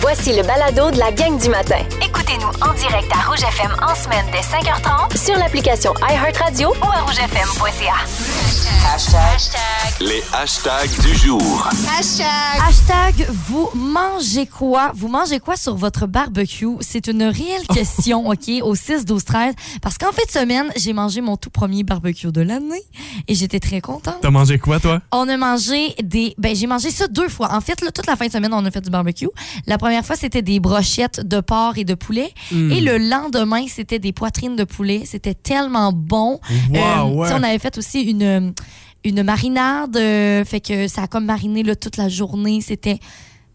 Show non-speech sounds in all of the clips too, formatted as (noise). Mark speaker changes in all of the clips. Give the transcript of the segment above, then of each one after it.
Speaker 1: Voici le balado de la gang du matin. Écoutez-nous en direct à Rouge FM en semaine dès 5h30 sur l'application iHeartRadio ou à rougefm.ca.
Speaker 2: Les hashtags du jour.
Speaker 3: Hashtag vous mangez quoi? Vous mangez quoi sur votre barbecue? C'est une réelle question, OK, au 6, 12, 13. Parce qu'en fin de semaine, j'ai mangé mon tout premier barbecue de l'année et j'étais très contente.
Speaker 4: T'as mangé quoi, toi?
Speaker 3: On a mangé des. Ben, j'ai mangé ça deux fois. En fait, là, toute la fin de semaine, on a fait du barbecue. La première fois, c'était des brochettes de porc et de poulet.
Speaker 4: Hmm.
Speaker 3: Et le lendemain, c'était des poitrines de poulet. C'était tellement bon. Euh,
Speaker 4: Wow,
Speaker 3: tu sais,
Speaker 4: ouais.
Speaker 3: On avait fait aussi une, une marinade. euh, fait que ça a comme mariné là, toute la journée. C'était.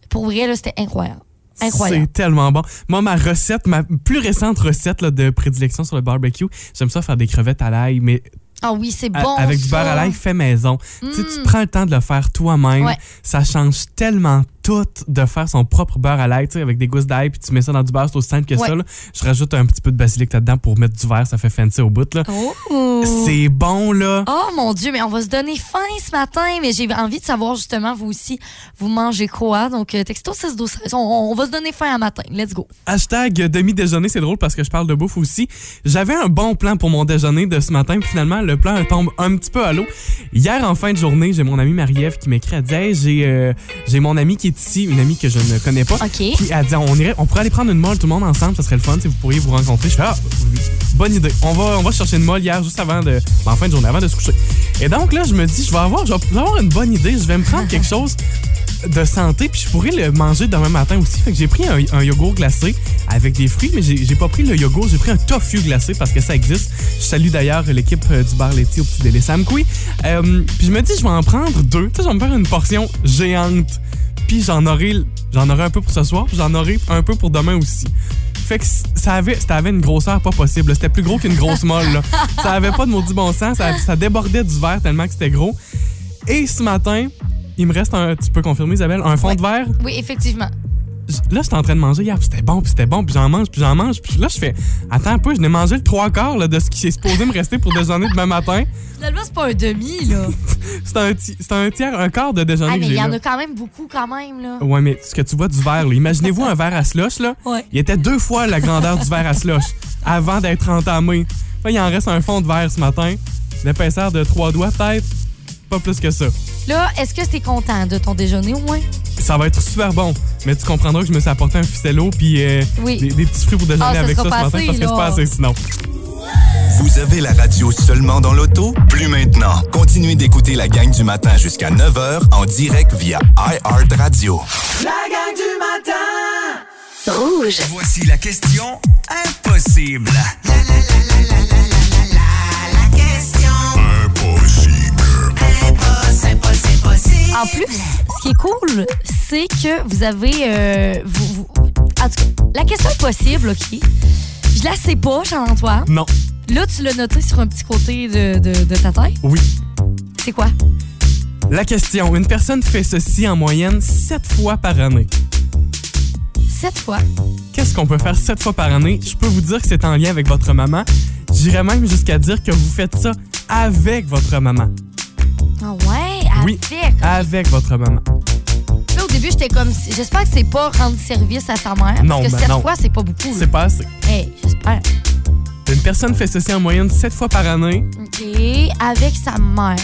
Speaker 3: Pour vrai, là, c'était incroyable. Incroyable.
Speaker 4: C'est tellement bon. Moi, ma recette, ma plus récente recette là, de prédilection sur le barbecue, j'aime ça faire des crevettes à l'ail, mais
Speaker 3: Ah oui, c'est
Speaker 4: à-
Speaker 3: bon.
Speaker 4: avec du
Speaker 3: ça.
Speaker 4: beurre à l'ail fait maison. Tu sais, tu prends le temps de le faire toi-même.
Speaker 3: Ouais.
Speaker 4: Ça change tellement tout de faire son propre beurre à l'ail, tu sais, avec des gousses d'ail, puis tu mets ça dans du beurre, c'est aussi simple que
Speaker 3: Ouais.
Speaker 4: ça. là. Je rajoute un petit peu de basilic là-dedans pour mettre du verre, ça fait fancy au bout. Là.
Speaker 3: Oh.
Speaker 4: C'est bon, là.
Speaker 3: Oh mon Dieu, mais on va se donner faim ce matin. Mais j'ai envie de savoir justement, vous aussi, vous mangez quoi? Donc, euh, texto 6 12 13, on, on va se donner faim à matin. Let's go.
Speaker 4: Hashtag demi-déjeuner, c'est drôle parce que je parle de bouffe aussi. J'avais un bon plan pour mon déjeuner de ce matin, puis finalement, le plan tombe un petit peu à l'eau. Hier, en fin de journée, j'ai mon amie Marie-Ève qui m'écrit, elle dit Hey, j'ai, euh, j'ai mon amie qui est ici, une amie que je ne connais pas.
Speaker 3: OK.
Speaker 4: Puis elle dit on, irait, on pourrait aller prendre une molle tout le monde ensemble, ça serait le fun, si vous pourriez vous rencontrer. Je fais Ah, oui, bonne idée. On va, on va chercher une molle hier, juste avant de. ben, en fin de journée, avant de se coucher. Et donc là, je me dis Je vais avoir, je vais avoir une bonne idée, je vais me prendre quelque chose de santé, puis je pourrais le manger demain matin aussi. Fait que j'ai pris un, un yogourt glacé avec des fruits, mais j'ai j'ai pas pris le yogourt, j'ai pris un tofu glacé parce que ça existe. Je salue d'ailleurs l'équipe euh, du bar laitier au petit délai Samkoui. Euh, puis je me dis, je vais en prendre deux. Tu sais, je vais me faire une portion géante. Puis j'en aurai, j'en aurai un peu pour ce soir, puis j'en aurai un peu pour demain aussi. Fait que c- ça avait, ça avait une grosseur pas possible. là. C'était plus gros qu'une grosse molle. là. Ça avait pas de maudit bon sens. Ça, ça débordait du verre tellement que c'était gros. Et ce matin, il me reste un. Tu peux confirmer, Isabelle, un fond de verre.
Speaker 3: Oui, effectivement.
Speaker 4: J- Là, j'étais en train de manger hier, puis c'était bon, puis c'était bon, puis j'en mange, puis j'en mange. Puis là, je fais. Attends un peu, je n'ai mangé le trois quarts là, de ce qui est supposé me rester pour déjeuner demain matin.
Speaker 3: Finalement, c'est pas un demi, là.
Speaker 4: C'est un, ti- c'est un tiers, un quart de déjeuner
Speaker 3: ah,
Speaker 4: que
Speaker 3: mais Oh. il
Speaker 4: j'ai
Speaker 3: y
Speaker 4: là.
Speaker 3: en a quand même beaucoup, quand même, là.
Speaker 4: Ouais, mais ce que tu vois du verre, là, imaginez-vous un verre à slush, là.
Speaker 3: Ouais.
Speaker 4: Il était deux fois la grandeur du verre à slush avant d'être entamé. Là, il en reste un fond de verre ce matin. L'épaisseur de trois doigts, peut-être. Pas plus que ça.
Speaker 3: Là, est-ce que t'es content de ton déjeuner au moins?
Speaker 4: Ça va être super bon. Mais tu comprendras que je me suis apporté un ficello puis euh,
Speaker 3: Oui.
Speaker 4: des, des petits fruits pour déjeuner
Speaker 3: Ah, ça
Speaker 4: avec ça
Speaker 3: sera
Speaker 4: ce
Speaker 3: pas
Speaker 4: matin
Speaker 3: assez,
Speaker 4: parce que c'est
Speaker 3: là.
Speaker 4: pas assez sinon.
Speaker 2: Vous avez la radio seulement dans l'auto? Plus maintenant. Continuez d'écouter la gang du matin jusqu'à 9h en direct via iHeartRadio.
Speaker 5: La gang du matin
Speaker 1: Rouge.
Speaker 6: Voici la question impossible.
Speaker 3: En plus, ce qui est cool, c'est que vous avez. euh, vous, vous- En tout cas, la question est possible, OK? Je la sais pas, Charles-Antoine.
Speaker 4: Non.
Speaker 3: Là, tu l'as noté sur un petit côté de, de- de ta tête.
Speaker 4: Oui.
Speaker 3: C'est quoi?
Speaker 4: La question. Une personne fait ceci en moyenne sept fois par année.
Speaker 3: Sept fois.
Speaker 4: qu'est-ce qu'on peut faire sept fois par année. Je peux vous dire que c'est en lien avec votre maman. J'irais même jusqu'à dire que vous faites ça avec votre maman.
Speaker 3: Ah ouais? Avec.
Speaker 4: Oui. Ah. Avec votre maman.
Speaker 3: Là, au début, j'étais comme. si- J'espère que c'est pas rendre service à sa mère.
Speaker 4: Non,
Speaker 3: parce que
Speaker 4: ben
Speaker 3: sept
Speaker 4: non.
Speaker 3: fois, c'est pas beaucoup. là.
Speaker 4: C'est pas assez.
Speaker 3: Hey, j'espère.
Speaker 4: Une personne fait ceci en moyenne sept fois par année,
Speaker 3: OK. Avec sa mère.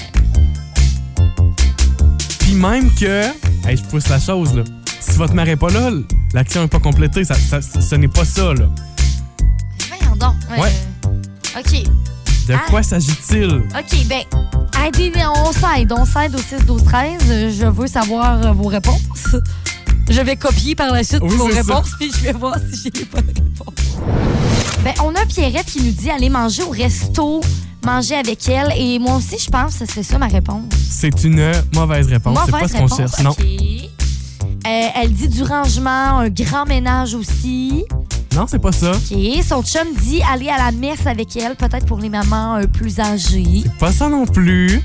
Speaker 4: puis même que... Hey, je pousse la chose, là. Si votre mère est pas là, l'action est pas complétée. Ça, ça- ça- ce n'est pas ça, là.
Speaker 3: Voyons donc.
Speaker 4: Ouais.
Speaker 3: euh, OK.
Speaker 4: De
Speaker 3: Ah.
Speaker 4: quoi s'agit-il?
Speaker 3: OK, ben, aidez on s'aide. On s'aide au 6, 12, 13. Euh, Je veux savoir euh, vos réponses. Je vais copier par la suite
Speaker 4: Oui,
Speaker 3: vos
Speaker 4: c'est ça.
Speaker 3: réponses, puis je vais voir si j'ai les bonnes réponses. Ben, on a Pierrette qui nous dit aller manger au resto, manger avec elle. Et moi aussi, je pense que ce serait ça ma réponse.
Speaker 4: C'est une mauvaise réponse. C'est pas
Speaker 3: Mauvaise
Speaker 4: ce qu'on
Speaker 3: réponse,
Speaker 4: cherche, non.
Speaker 3: OK. Euh, elle dit du rangement, un grand ménage aussi.
Speaker 4: Non, c'est pas ça.
Speaker 3: OK. Son chum dit aller à la messe avec elle, peut-être pour les mamans euh, plus âgées.
Speaker 4: Pas ça non plus.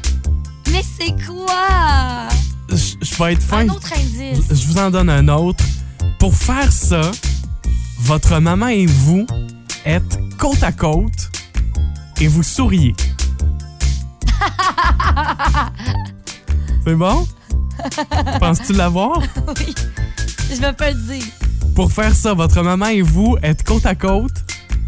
Speaker 3: Mais c'est quoi?
Speaker 4: Je je vais être fin.
Speaker 3: Un autre indice. (laughs)
Speaker 4: Je vous en donne un autre. Pour faire ça, votre maman et vous êtes côte à côte et
Speaker 3: (laughs)
Speaker 4: vous souriez. C'est bon? Penses-tu l'avoir?
Speaker 3: Oui. Je vais pas le dire.
Speaker 4: Pour faire ça, votre maman et vous êtes côte à côte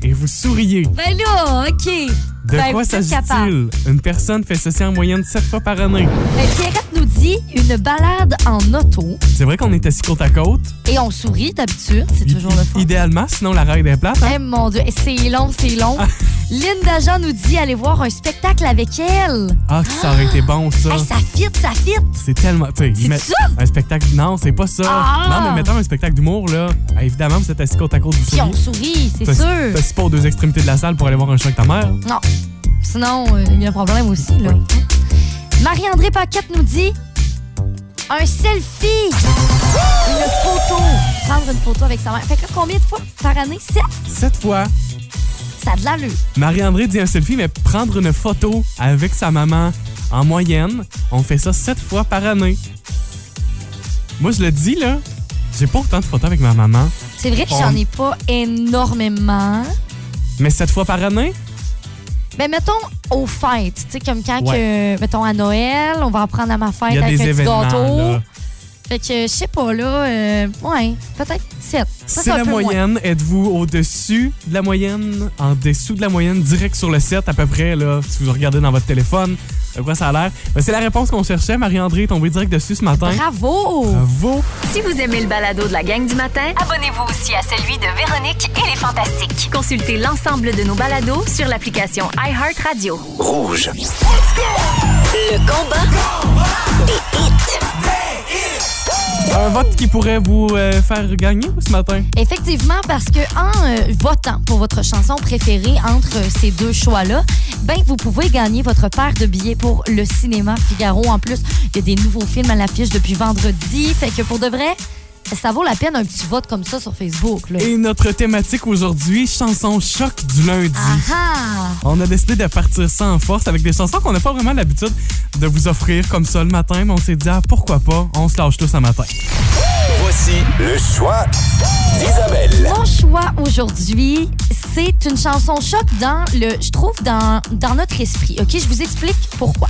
Speaker 4: et vous souriez.
Speaker 3: Ben là, OK.
Speaker 4: De
Speaker 3: Ben,
Speaker 4: quoi
Speaker 3: vous êtes capable.
Speaker 4: s'agit-il? Une personne fait ceci en moyenne 7 fois par année.
Speaker 3: Ben, Pierrette nous dit une balade en auto
Speaker 4: C'est vrai qu'on est assis côte à côte.
Speaker 3: et on sourit d'habitude, c'est
Speaker 4: I-
Speaker 3: toujours le fun.
Speaker 4: Idéalement, sinon la règle est plate. hein?
Speaker 3: Eh mon Dieu, c'est long, c'est long.
Speaker 4: Ah.
Speaker 3: Linda Jean nous dit aller voir un spectacle avec elle.
Speaker 4: Ah, que ça aurait été bon, ça.
Speaker 3: Hey, ça fit, ça fit.
Speaker 4: C'est tellement. tu sais,
Speaker 3: C'est
Speaker 4: ima-
Speaker 3: ça?
Speaker 4: Un spectacle. Non, c'est pas ça.
Speaker 3: Ah!
Speaker 4: Non, mais mettons un spectacle d'humour, là. Ah, Évidemment, vous êtes assis côte à côte, vous
Speaker 3: Puis on
Speaker 4: souriez.
Speaker 3: sourit, c'est
Speaker 4: T'as-
Speaker 3: sûr.
Speaker 4: T'as si pas aux deux extrémités de la salle pour aller voir un show avec ta mère.
Speaker 3: Non, sinon, euh, il y a un problème aussi, là. Marie-André Paquette nous dit un selfie. Une photo. Prendre une photo avec sa mère. Fait que combien de fois par année? Sept?
Speaker 4: Cette fois,
Speaker 3: Ça a de l'allure.
Speaker 4: Marie-André dit un selfie, mais prendre une photo avec sa maman en moyenne, on fait ça sept fois par année. Moi, je le dis, là, j'ai pas autant de photos avec ma maman,
Speaker 3: C'est vrai que j'en ai pas énormément.
Speaker 4: mais sept fois par année,
Speaker 3: Ben, mettons aux fêtes. Tu sais, comme quand,
Speaker 4: Ouais.
Speaker 3: que, mettons, à Noël, on va en prendre à ma
Speaker 4: il
Speaker 3: fête
Speaker 4: y a
Speaker 3: avec
Speaker 4: des
Speaker 3: un petit
Speaker 4: événements.
Speaker 3: gâteau.
Speaker 4: là.
Speaker 3: Fait que, je sais pas, là, euh, ouais, peut-être sept. Ça,
Speaker 4: C'est
Speaker 3: un
Speaker 4: la
Speaker 3: peu moins.
Speaker 4: moyenne. Êtes-vous au-dessus de la moyenne, en dessous de la moyenne, direct sur le 7 à peu près, là, si vous regardez dans votre téléphone, de quoi ça a l'air? Ben, c'est la réponse qu'on cherchait. Marie-André est tombée direct dessus ce matin.
Speaker 3: Bravo!
Speaker 4: hein? Bravo!
Speaker 1: Si vous aimez le balado de la gang du matin, abonnez-vous aussi à celui de Véronique et les Fantastiques. Consultez l'ensemble de nos balados sur l'application iHeartRadio.
Speaker 2: Rouge.
Speaker 1: Le combat.
Speaker 4: Un vote qui pourrait vous euh, faire gagner ce matin.
Speaker 3: Effectivement, parce que en euh, votant pour votre chanson préférée entre euh, ces deux choix-là, ben vous pouvez gagner votre paire de billets pour le cinéma Figaro. En plus, il y a des nouveaux films à l'affiche depuis vendredi. Fait que pour de vrai, ça vaut la peine un petit vote comme ça sur Facebook. Là.
Speaker 4: Et notre thématique aujourd'hui, chanson choc du lundi.
Speaker 3: Ah ah!
Speaker 4: On a décidé de partir ça en force avec des chansons qu'on n'a pas vraiment l'habitude de vous offrir comme ça le matin, mais on s'est dit, ah, pourquoi pas, on se lâche tous un matin.
Speaker 2: Voici le choix d'Isabelle.
Speaker 3: Mon choix aujourd'hui, c'est une chanson choc dans le, je trouve, dans, dans notre esprit. OK, je vous explique pourquoi.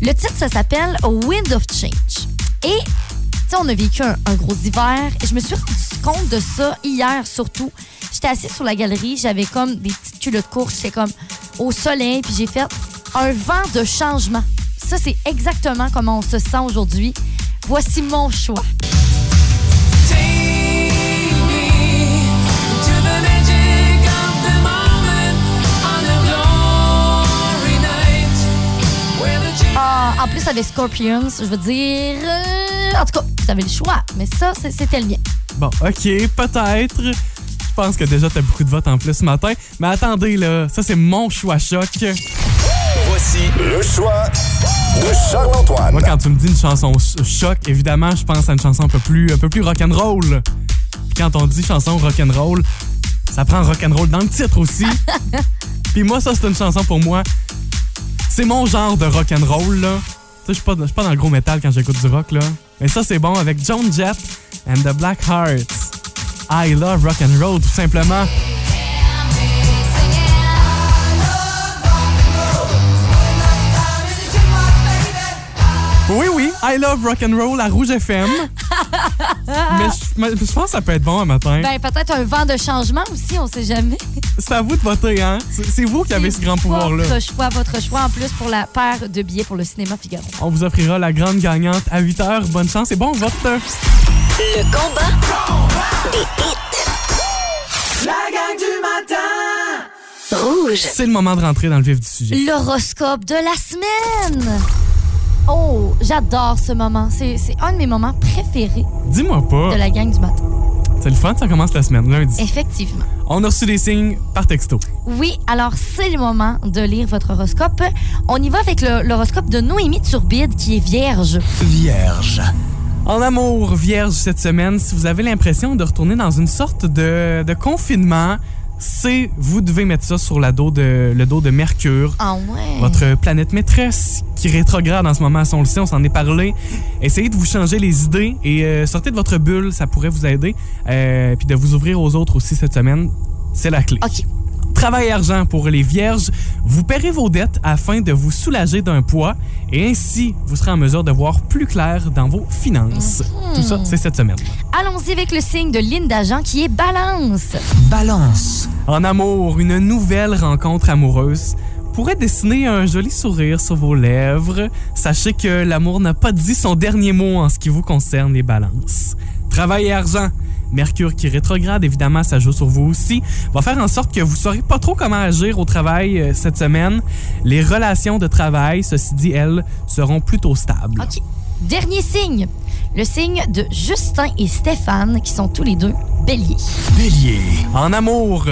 Speaker 3: Le titre, ça s'appelle Wind of Change. Et, tu sais, on a vécu un, un gros hiver. Et je me suis rendu compte de ça hier, surtout. J'étais assise sur la galerie, j'avais comme des petites culottes courtes, j'étais comme au soleil, puis j'ai fait un vent de changement. Ça, c'est exactement comment on se sent aujourd'hui. Voici mon choix. Ah, en plus, avec Scorpions, je veux dire. euh, en tout cas, vous avez le choix, mais ça, c'est- c'était le mien.
Speaker 4: Bon, OK, peut-être. Je pense que déjà, t'as beaucoup de votes en plus ce matin. Mais attendez, là, ça, c'est mon choix choc.
Speaker 2: Voici le choix de Charles-Antoine.
Speaker 4: Moi, quand tu me dis une chanson ch- choc, évidemment, je pense à une chanson un peu plus, un peu plus rock'n'roll. Puis quand on dit chanson rock'n'roll, ça prend rock'n'roll dans le titre aussi. Puis moi, ça, c'est une chanson pour moi. C'est mon genre de rock'n'roll, là. Tu sais, je suis pas, je suis pas dans le gros métal quand j'écoute du rock, là. Mais ça, c'est bon avec John Jett and the Black Hearts. I love rock'n'roll, tout simplement. Oui, oui, I love rock'n'roll à Rouge FM. Mais je- mais je pense que ça peut être bon un matin.
Speaker 3: Ben, peut-être un vent de changement aussi, on sait jamais.
Speaker 4: C'est à vous de voter, hein? C'est c'est vous qui avez ce grand pouvoir-là.
Speaker 3: Votre choix, votre choix en plus pour la paire de billets pour le cinéma Figaro.
Speaker 4: On vous offrira la grande gagnante à 8 h. Bonne chance et bon vote!
Speaker 1: Le combat.
Speaker 5: La gang du matin
Speaker 1: Rouge.
Speaker 4: C'est le moment de rentrer dans le vif du sujet.
Speaker 3: L'horoscope de la semaine! Oh, j'adore ce moment. C'est c'est un de mes moments préférés
Speaker 4: Dis-moi pas,
Speaker 3: de la gang du matin.
Speaker 4: c'est le fun, ça commence la semaine, lundi.
Speaker 3: Effectivement.
Speaker 4: On a reçu des signes par texto.
Speaker 3: Oui, alors c'est le moment de lire votre horoscope. On y va avec le- l'horoscope de Noémie Turbide qui est vierge.
Speaker 2: Vierge.
Speaker 4: En amour, vierge, cette semaine, si vous avez l'impression de retourner dans une sorte de, de confinement, c'est vous devez mettre ça sur la dos de, le dos de Mercure.
Speaker 3: Ah ouais.
Speaker 4: votre planète maîtresse qui rétrograde en ce moment, si on le sait, on s'en est parlé. Essayez de vous changer les idées et euh, sortez de votre bulle, ça pourrait vous aider. Euh, puis de vous ouvrir aux autres aussi cette semaine, c'est la clé.
Speaker 3: OK.
Speaker 4: Travail argent pour les vierges, vous paierez vos dettes afin de vous soulager d'un poids et ainsi vous serez en mesure de voir plus clair dans vos finances. Tout ça, c'est cette semaine.
Speaker 3: Allons-y avec le signe de Linda Jean qui est balance.
Speaker 6: Balance.
Speaker 4: En amour, une nouvelle rencontre amoureuse pourrait dessiner un joli sourire sur vos lèvres. Sachez que l'amour n'a pas dit son dernier mot en ce qui vous concerne les balances. Travail et argent. Mercure qui rétrograde, évidemment, ça joue sur vous aussi, va faire en sorte que vous saurez pas trop comment agir au travail euh, cette semaine. Les relations de travail, ceci dit, elles, seront plutôt stables.
Speaker 3: OK. Dernier signe, le signe de Justin et Stéphane qui sont tous les deux béliers.
Speaker 6: Bélier.
Speaker 4: En amour,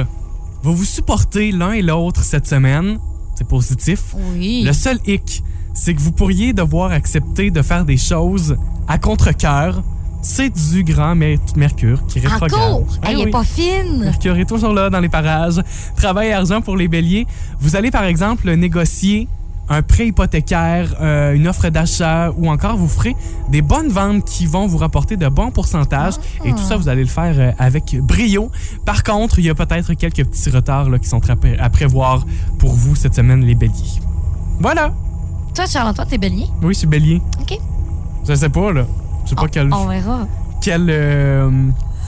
Speaker 4: vous vous supportez l'un et l'autre cette semaine. C'est positif.
Speaker 3: Oui.
Speaker 4: Le seul hic, c'est que vous pourriez devoir accepter de faire des choses à contre-cœur. C'est du grand mer- Mercure qui rétrograde.
Speaker 3: Encore?
Speaker 4: Eh
Speaker 3: Elle
Speaker 4: oui.
Speaker 3: est pas fine.
Speaker 4: Mercure est toujours là dans les parages. Travail et argent pour les béliers. Vous allez, par exemple, négocier un prêt hypothécaire, euh, une offre d'achat ou encore vous ferez des bonnes ventes qui vont vous rapporter de bons pourcentages. Et tout ça, vous allez le faire euh, avec brio. Par contre, il y a peut-être quelques petits retards là, qui sont à pré- à prévoir pour vous cette semaine, les béliers. Voilà!
Speaker 3: Toi, Charles-Antoine, t'es bélier?
Speaker 4: Oui, c'est bélier.
Speaker 3: OK.
Speaker 4: Je sais pas, là. Je sais pas quel...
Speaker 3: On verra.
Speaker 4: quel euh,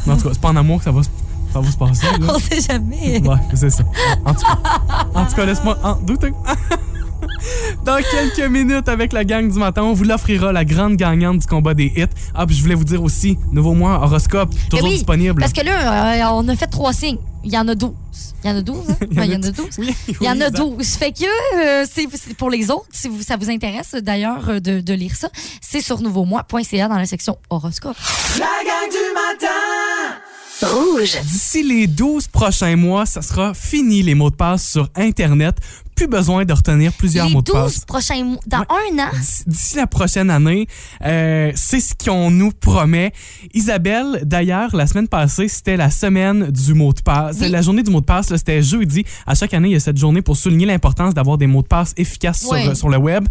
Speaker 4: En tout cas, c'est pas en amour que ça va, se- ça va se passer. là.
Speaker 3: On sait jamais.
Speaker 4: Ouais, c'est ça. En tout cas, en tout cas, laisse-moi en douter. (laughs) Dans quelques minutes, avec la gang du matin, on vous l'offrira la grande gagnante du combat des hits. Ah, puis je voulais vous dire aussi, nouveau mois, horoscope,
Speaker 3: Mais
Speaker 4: toujours
Speaker 3: Eh oui,
Speaker 4: disponible.
Speaker 3: Parce que là, euh, on a fait trois signes. Il y en a 12. Il y en a 12,
Speaker 4: (laughs)
Speaker 3: hein? Ouais, Il y en a 12.
Speaker 4: Oui,
Speaker 3: Il y en
Speaker 4: oui,
Speaker 3: a
Speaker 4: exact.
Speaker 3: 12. Fait que euh, c'est c'est pour les autres, si vous, ça vous intéresse d'ailleurs euh, de, de lire ça, c'est sur nouveaumois.ca dans la section horoscope.
Speaker 5: La gang du matin!
Speaker 1: Rouge.
Speaker 4: D'ici les 12 prochains mois, ça sera fini les mots de passe sur Internet. Plus besoin de retenir plusieurs
Speaker 3: les
Speaker 4: mots de passe.
Speaker 3: 12 prochains mois, dans un an,
Speaker 4: D'ici- d'ici la prochaine année. euh, c'est ce qu'on nous promet. Isabelle, d'ailleurs, la semaine passée, c'était la semaine du mot de passe.
Speaker 3: Oui.
Speaker 4: La journée du mot de passe, là, c'était jeudi. À chaque année, il y a cette journée pour souligner l'importance d'avoir des mots de passe efficaces sur,
Speaker 3: Ouais.
Speaker 4: euh, sur le web.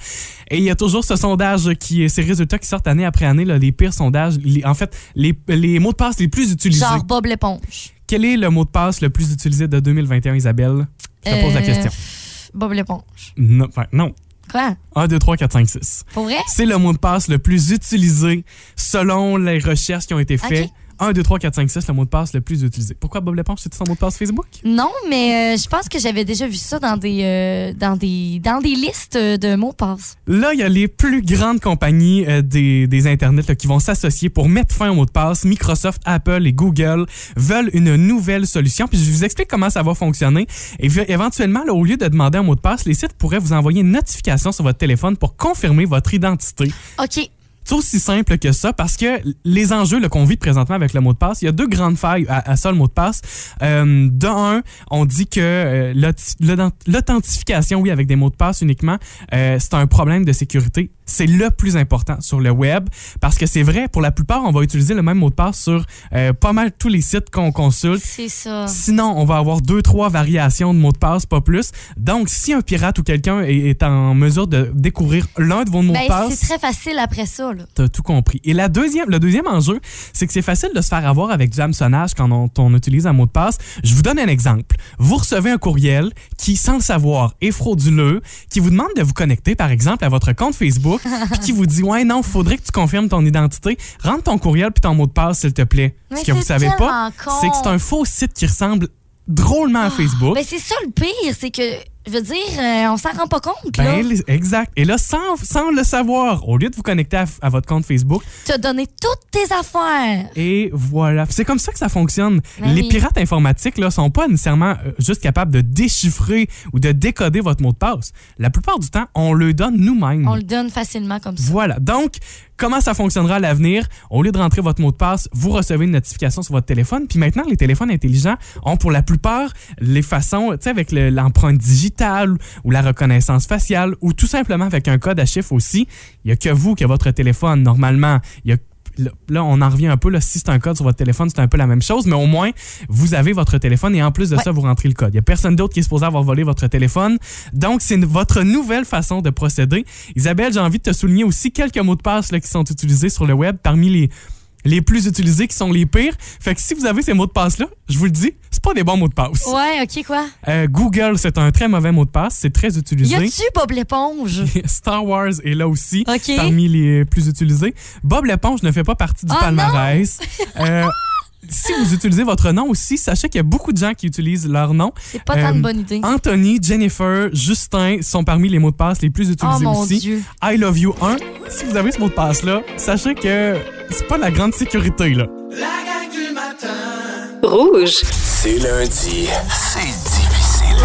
Speaker 4: Et il y a toujours ce sondage qui, ces résultats qui sortent année après année, là, les pires sondages, les- en fait, les, les mots de passe les plus utilisés.
Speaker 3: genre Bob l'éponge.
Speaker 4: Quel est le mot de passe le plus utilisé de 2021, Isabelle? Je te pose la
Speaker 3: Euh,
Speaker 4: question.
Speaker 3: Bob l'éponge.
Speaker 4: Non, enfin, non.
Speaker 3: Quoi?
Speaker 4: 1, 2, 3, 4, 5, 6.
Speaker 3: Pour vrai?
Speaker 4: C'est le mot de passe le plus utilisé selon les recherches qui ont été faites.
Speaker 3: Ok.
Speaker 4: 1, 2, 3, 4, 5, 5, 6, le mot de passe le plus utilisé. Pourquoi Bob Léponge, c'est son mot de passe Facebook?
Speaker 3: Non, mais euh, je pense que j'avais déjà vu ça dans des, euh, dans des, dans des listes euh, de mots de passe.
Speaker 4: Là, il y a les plus grandes compagnies euh, des, des Internets là, qui vont s'associer pour mettre fin au mot de passe. Microsoft, Apple et Google veulent une nouvelle solution. Puis je vous explique comment ça va fonctionner. Et vi- éventuellement, là, au lieu de demander un mot de passe, les sites pourraient vous envoyer une notification sur votre téléphone pour confirmer votre identité.
Speaker 3: OK.
Speaker 4: C'est aussi simple que ça parce que les enjeux là, qu'on vit présentement avec le mot de passe, il y a deux grandes failles à, à ça, le mot de passe. Euh, de un, on dit que euh, l'auth- l'audent- l'authentification, oui, avec des mots de passe uniquement, euh, c'est un problème de sécurité. C'est le plus important sur le web parce que c'est vrai, pour la plupart, on va utiliser le même mot de passe sur euh, pas mal tous les sites qu'on consulte.
Speaker 3: C'est ça.
Speaker 4: Sinon, on va avoir deux, trois variations de mots de passe, pas plus. Donc, si un pirate ou quelqu'un est, est en mesure de découvrir l'un de vos mots de
Speaker 3: Ben,
Speaker 4: passe...
Speaker 3: c'est très facile après ça, là.
Speaker 4: T'as tout compris. Et la deuxième, le deuxième enjeu, c'est que c'est facile de se faire avoir avec du hameçonnage quand on, on utilise un mot de passe. Je vous donne un exemple. Vous recevez un courriel qui, sans le savoir, est frauduleux, qui vous demande de vous connecter, par exemple, à votre compte
Speaker 3: (laughs)
Speaker 4: Facebook, puis qui vous dit Ouais, non, faudrait que tu confirmes ton identité. Rentre ton courriel puis ton mot de passe, s'il te plaît.
Speaker 3: Mais
Speaker 4: Ce que vous
Speaker 3: c'est
Speaker 4: savez pas,
Speaker 3: tellement con.
Speaker 4: c'est que c'est un faux site qui ressemble drôlement à Facebook.
Speaker 3: Ben, c'est ça le pire, c'est que, je veux dire, euh, on s'en rend pas compte, là.
Speaker 4: Ben, les- exact. Et là, sans, sans le savoir, au lieu de vous connecter à- à votre compte Facebook,
Speaker 3: T'as donné toutes tes affaires.
Speaker 4: Et voilà. C'est comme ça que ça fonctionne.
Speaker 3: Ben
Speaker 4: les
Speaker 3: oui.
Speaker 4: pirates informatiques là sont pas nécessairement euh, juste capables de déchiffrer ou de décoder votre mot de passe. La plupart du temps, on le donne nous-mêmes.
Speaker 3: On le donne facilement comme ça.
Speaker 4: Voilà. Donc, comment ça fonctionnera à l'avenir? Au lieu de rentrer votre mot de passe, vous recevez une notification sur votre téléphone. Puis maintenant, les téléphones intelligents ont pour la plupart les façons, tu sais, avec le- l'empreinte digitale ou la reconnaissance faciale ou tout simplement avec un code à chiffre aussi. Il n'y a que vous qui avez votre téléphone normalement. Il y a Là, là, on en revient un peu. Là, si c'est un code sur votre téléphone, c'est un peu la même chose, mais au moins, vous avez votre téléphone et en plus de
Speaker 3: Ouais.
Speaker 4: ça, vous rentrez le code. Il n'y a personne d'autre qui est supposé avoir volé votre téléphone. Donc, c'est une- votre nouvelle façon de procéder. Isabelle, j'ai envie de te souligner aussi quelques mots de passe là, qui sont utilisés sur le web parmi les, les plus utilisés qui sont les pires. Fait que si vous avez ces mots de passe-là, je vous le dis, c'est pas des bons mots de passe.
Speaker 3: Ouais, OK, quoi?
Speaker 4: Euh, Google, c'est un très mauvais mot de passe, c'est très
Speaker 3: Y
Speaker 4: utilisé.
Speaker 3: a-tu Bob l'éponge?
Speaker 4: Star Wars est là aussi,
Speaker 3: OK.
Speaker 4: parmi les plus utilisés. Bob l'éponge ne fait pas partie du
Speaker 3: Oh (laughs)
Speaker 4: palmarès. Euh, si vous utilisez votre nom aussi, sachez qu'il y a beaucoup de gens qui utilisent leur nom.
Speaker 3: C'est pas tant
Speaker 4: Euh,
Speaker 3: de bonne idée.
Speaker 4: Anthony, Jennifer, Justin sont parmi les mots de passe les plus
Speaker 3: Oh
Speaker 4: utilisés
Speaker 3: mon
Speaker 4: aussi.
Speaker 3: Dieu.
Speaker 4: I love you 1. Si vous avez ce mot de passe-là, sachez que c'est pas la grande sécurité, là.
Speaker 5: La gang du matin.
Speaker 1: Rouge.
Speaker 7: C'est lundi. C'est difficile.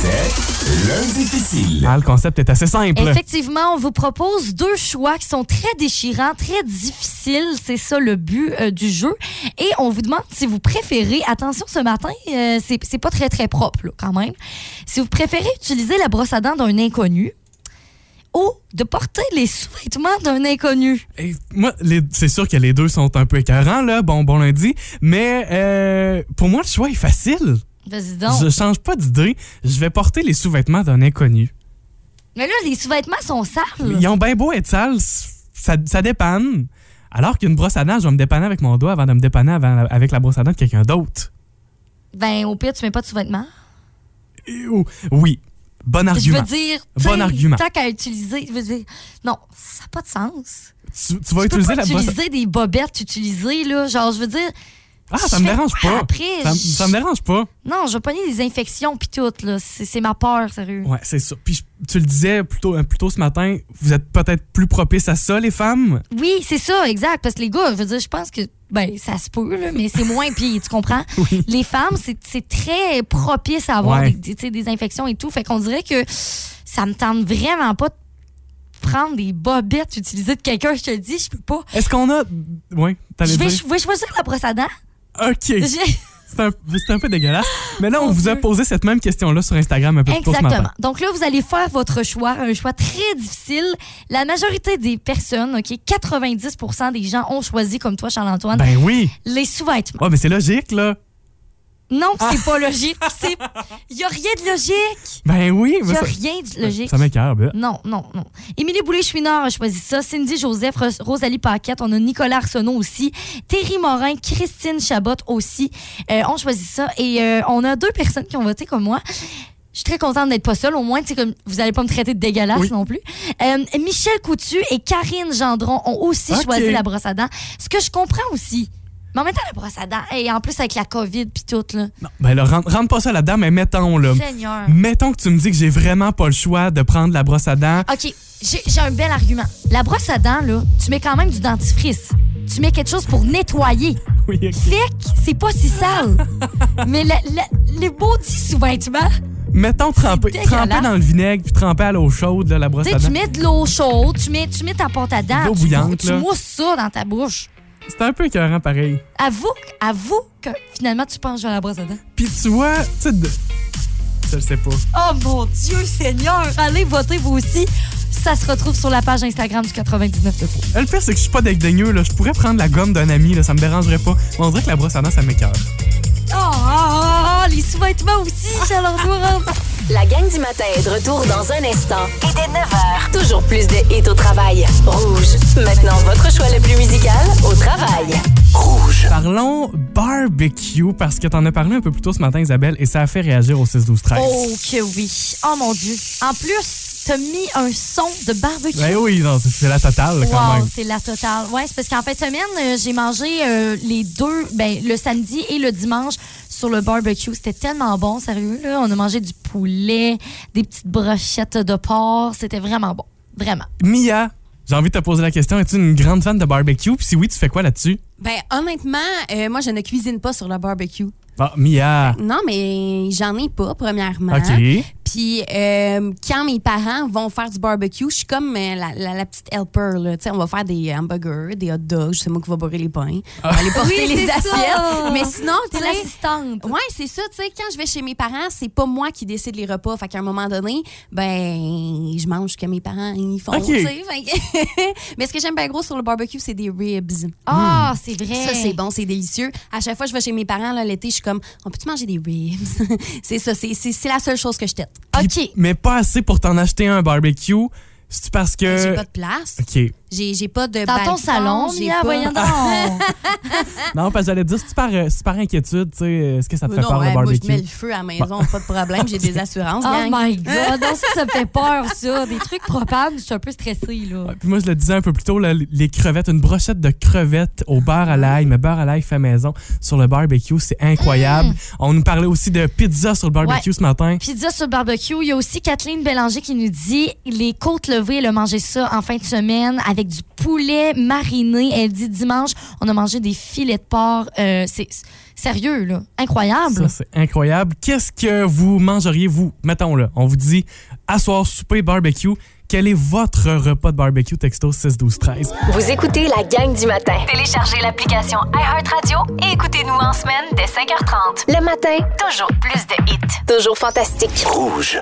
Speaker 7: C'est lundi difficile.
Speaker 4: Ah, le concept est assez simple.
Speaker 3: Effectivement, on vous propose deux choix qui sont très déchirants, très difficiles. C'est ça le but euh, du jeu. Et on vous demande si vous préférez, attention ce matin, euh, c'est c'est pas très très propre là, quand même, si vous préférez utiliser la brosse à dents d'un inconnu ou de porter les sous-vêtements d'un inconnu.
Speaker 4: Et moi, les- c'est sûr que les deux sont un peu écœurants, là, bon, bon lundi, mais euh, pour moi, le choix est facile.
Speaker 3: Vas-y donc.
Speaker 4: Je change pas d'idée. Je vais porter les sous-vêtements d'un inconnu.
Speaker 3: Mais là, les sous-vêtements sont sales.
Speaker 4: Ils ont bien beau être sales, ça, ça dépanne. Alors qu'une brosse à dents, je vais me dépanner avec mon doigt avant de me dépanner avant- avec la brosse à dents de quelqu'un d'autre.
Speaker 3: Ben, au pire, tu mets pas de sous-vêtements.
Speaker 4: Et- ou- Oui, bon
Speaker 3: Je veux
Speaker 4: argument.
Speaker 3: dire,
Speaker 4: Bon
Speaker 3: t'sais,
Speaker 4: argument.
Speaker 3: tant qu'à utiliser, je veux dire, non, ça n'a pas de sens.
Speaker 4: Tu, tu vas
Speaker 3: tu peux
Speaker 4: utiliser
Speaker 3: pas
Speaker 4: la brosse à
Speaker 3: utiliser des bobettes utilisées, là. Genre, je veux dire,
Speaker 4: Ah, ça
Speaker 3: Je
Speaker 4: me
Speaker 3: fais
Speaker 4: dérange
Speaker 3: quoi
Speaker 4: pas.
Speaker 3: après?
Speaker 4: Ça, me- ça me dérange pas.
Speaker 3: non, je vais pogner des infections pis tout, là. C'est c'est ma peur, sérieux.
Speaker 4: Ouais, c'est ça. Puis je- tu le disais plus tôt, euh, plus tôt ce matin, vous êtes peut-être plus propice à ça, les femmes.
Speaker 3: Oui, c'est ça, exact. Parce que les gars, je veux dire, je pense que, ben, ça se peut, là, mais c'est moins pire, tu
Speaker 4: (laughs)
Speaker 3: comprends? Les femmes, c'est- c'est très propice à avoir
Speaker 4: Ouais.
Speaker 3: des- des, tu sais, des infections et tout. Fait qu'on dirait que ça me tente vraiment pas de prendre des bobettes utilisées de quelqu'un. Je te le dis, je peux pas.
Speaker 4: Est-ce qu'on a. Ouais, t'allais
Speaker 3: Je vais,
Speaker 4: dire.
Speaker 3: je vais choisir la brosse à dents.
Speaker 4: Ok.
Speaker 3: J'ai-
Speaker 4: C'est un, c'est un peu dégueulasse. Mais là, on
Speaker 3: Mon
Speaker 4: vous a
Speaker 3: Dieu.
Speaker 4: posé cette même question-là sur Instagram un peu plus tôt ce
Speaker 3: Exactement.
Speaker 4: matin.
Speaker 3: Donc là, vous allez faire votre choix, un choix très difficile. La majorité des personnes, OK, 90 des gens ont choisi, comme toi, Charles-Antoine,
Speaker 4: Ben oui.
Speaker 3: les sous-vêtements.
Speaker 4: Ouais, mais c'est logique, là.
Speaker 3: Non,
Speaker 4: Ah.
Speaker 3: c'est pas logique. C'est- Il n'y a rien de logique.
Speaker 4: Ben oui.
Speaker 3: Il
Speaker 4: mais
Speaker 3: n'y a
Speaker 4: ça-
Speaker 3: rien de logique.
Speaker 4: Ça m'écœure. ben.
Speaker 3: Non, non, non. Émilie Boulay-Chouinard a choisi ça. Cindy Joseph, Ros- Rosalie Paquette. On a Nicolas Arsenault aussi. Thierry Morin, Christine Chabot aussi. Euh, on choisit ça. Et euh, on a deux personnes qui ont voté comme moi. Je suis très contente d'être pas seule. Au moins, tu sais, comme vous n'allez pas me traiter de dégueulasse
Speaker 4: Oui.
Speaker 3: non plus. Euh, Michel Coutu et Karine Gendron ont aussi
Speaker 4: Ok.
Speaker 3: choisi la brosse à dents. Ce que je comprends aussi. Mais en même temps, la brosse à dents, et en plus avec la COVID puis tout, là.
Speaker 4: Non, ben là, rentre, rentre pas ça là-dedans, mais mettons, là.
Speaker 3: Seigneur.
Speaker 4: Mettons que tu me dis que j'ai vraiment pas le choix de prendre la brosse à dents.
Speaker 3: OK, j'ai j'ai un bel argument. La brosse à dents, là, tu mets quand même du dentifrice. Tu mets quelque chose pour nettoyer.
Speaker 4: Ah Oui, ok.
Speaker 3: Fait que c'est pas si
Speaker 4: (laughs)
Speaker 3: sale. Mais la- la- les maudits sous-vêtements,
Speaker 4: Mettons tremper,
Speaker 3: C'est
Speaker 4: tremper
Speaker 3: dégueulasse.
Speaker 4: dans le vinaigre puis tremper à l'eau chaude, là, la brosse
Speaker 3: tu
Speaker 4: à
Speaker 3: sais, tu
Speaker 4: dents.
Speaker 3: mets de l'eau chaude, tu mets, tu mets ta pâte à dents,
Speaker 4: L'eau
Speaker 3: tu,
Speaker 4: bouillante,
Speaker 3: tu
Speaker 4: là.
Speaker 3: mousses ça dans ta bouche.
Speaker 4: C'est un peu écœurant, pareil.
Speaker 3: Avoue, avoue que finalement, tu penches vers la brosse à dents.
Speaker 4: Puis tu vois, tu sais, de- je le sais pas. Euh,
Speaker 3: Oh mon Dieu Seigneur! Allez voter vous aussi. Ça se retrouve sur la page Instagram du 99 de Faux.
Speaker 4: Le pire, c'est que je suis pas dédaigneux, là. Je pourrais prendre la gomme d'un ami, là, ça me dérangerait pas. Mais on dirait que la brosse à dents, ça m'écœure.
Speaker 3: Oh, oh, oh, les sous-vêtements (laughs) aussi, Charles-Antoine!
Speaker 1: La gang du matin est de retour dans un instant. Et dès 9h, toujours plus de hits au travail. Rouge. Maintenant, votre choix le plus musical au travail.
Speaker 4: Parlons barbecue, parce que t'en as parlé un peu plus tôt ce matin, Isabelle, et ça a fait réagir au 6-12-13.
Speaker 3: Oh que oui. Oh mon Dieu. En plus, t'as mis un son de barbecue.
Speaker 4: Ben oui, non, c'est- c'est la totale, là, quand
Speaker 3: Wow,
Speaker 4: même.
Speaker 3: c'est la totale. Ouais, c'est parce qu'en fin de semaine, euh, j'ai mangé euh, les deux, ben, le samedi et le dimanche sur le barbecue. C'était tellement bon, sérieux. Là. On a mangé du poulet, des petites brochettes de porc. C'était vraiment bon. Vraiment.
Speaker 4: Mia, j'ai envie de te poser la question. Es-tu une grande fan de barbecue? Puis si oui, tu fais quoi là-dessus?
Speaker 8: Ben, honnêtement, euh, moi, je ne cuisine pas sur le barbecue.
Speaker 4: Ah, Mia.
Speaker 8: Non, mais j'en ai pas, premièrement.
Speaker 4: OK.
Speaker 8: Puis, euh, quand mes parents vont faire du barbecue, je suis comme euh, la, la- la petite helper. Là. Tu sais, On va faire des hamburgers, des hot dogs. C'est moi qui va bourrer les pains.
Speaker 4: Ah.
Speaker 8: On va aller
Speaker 3: Oui,
Speaker 8: porter les
Speaker 3: c'est
Speaker 8: assiettes.
Speaker 3: ça.
Speaker 8: Mais sinon, tu
Speaker 3: T'es
Speaker 8: sais,
Speaker 3: l'assistante.
Speaker 8: Ouais, c'est ça, tu sais, quand je vais chez mes parents, c'est pas moi qui décide les repas. Fait qu'à un moment donné, ben, je mange ce que mes parents ils font.
Speaker 4: Ok.
Speaker 8: tu sais. Fait que- (laughs) Mais ce que j'aime bien gros sur le barbecue, c'est des ribs.
Speaker 3: Ah,
Speaker 4: Hmm.
Speaker 3: c'est vrai.
Speaker 8: Ça, c'est bon, c'est délicieux. À chaque fois que je vais chez mes parents, là, l'été, je suis comme, on peut-tu manger des ribs? (laughs) c'est ça, c'est, c'est, c'est la seule chose que je tête.
Speaker 3: OK.
Speaker 4: Mais pas assez pour t'en acheter un barbecue. C'est-tu parce que.
Speaker 8: J'ai pas de place.
Speaker 4: Euh, OK.
Speaker 8: J'ai j'ai pas de
Speaker 3: Dans
Speaker 8: balcon,
Speaker 3: ton salon,
Speaker 8: Ben, j'ai
Speaker 3: Mia,
Speaker 8: pas- (laughs)
Speaker 3: voyons donc.
Speaker 4: Non, parce que j'allais te dire, si tu par, euh, si par inquiétude, tu sais, est-ce que Ah, ça te fait
Speaker 8: Ah. Euh, Non,
Speaker 4: peur
Speaker 8: ouais,
Speaker 4: le
Speaker 8: moi, je
Speaker 4: barbecue?
Speaker 8: mets le feu à la maison, pas de problème,
Speaker 4: (laughs)
Speaker 8: j'ai des assurances.
Speaker 3: Oh
Speaker 8: gang.
Speaker 3: my God, non, ça, ça me fait peur, ça. Des trucs propanes, je suis un peu stressée, là.
Speaker 4: Ouais, puis moi, je le disais un peu plus tôt, là, les crevettes, une brochette de crevettes au beurre à
Speaker 8: Mm.
Speaker 4: l'ail, mais beurre à l'ail fait maison sur le barbecue, c'est
Speaker 8: Mm.
Speaker 4: incroyable. On nous parlait aussi de pizza sur le barbecue ce matin.
Speaker 3: Pizza sur le barbecue. Il y a aussi Kathleen Bélanger qui nous dit les côtes levées, elle a mangé ça en fin de semaine avec du poulet mariné. Elle dit dimanche, on a mangé des filets de porc. Euh, c'est c'est sérieux, là. Incroyable.
Speaker 4: Ça, c'est incroyable. Qu'est-ce que vous mangeriez, vous? Mettons, là, on vous dit asseoir, souper, barbecue. Quel est votre repas de barbecue texto 6 12 13
Speaker 1: Vous écoutez la gang du matin. Téléchargez l'application iHeartRadio et écoutez-nous en semaine dès 5h30. Le matin, toujours plus de hits. Toujours fantastique.
Speaker 7: Rouge.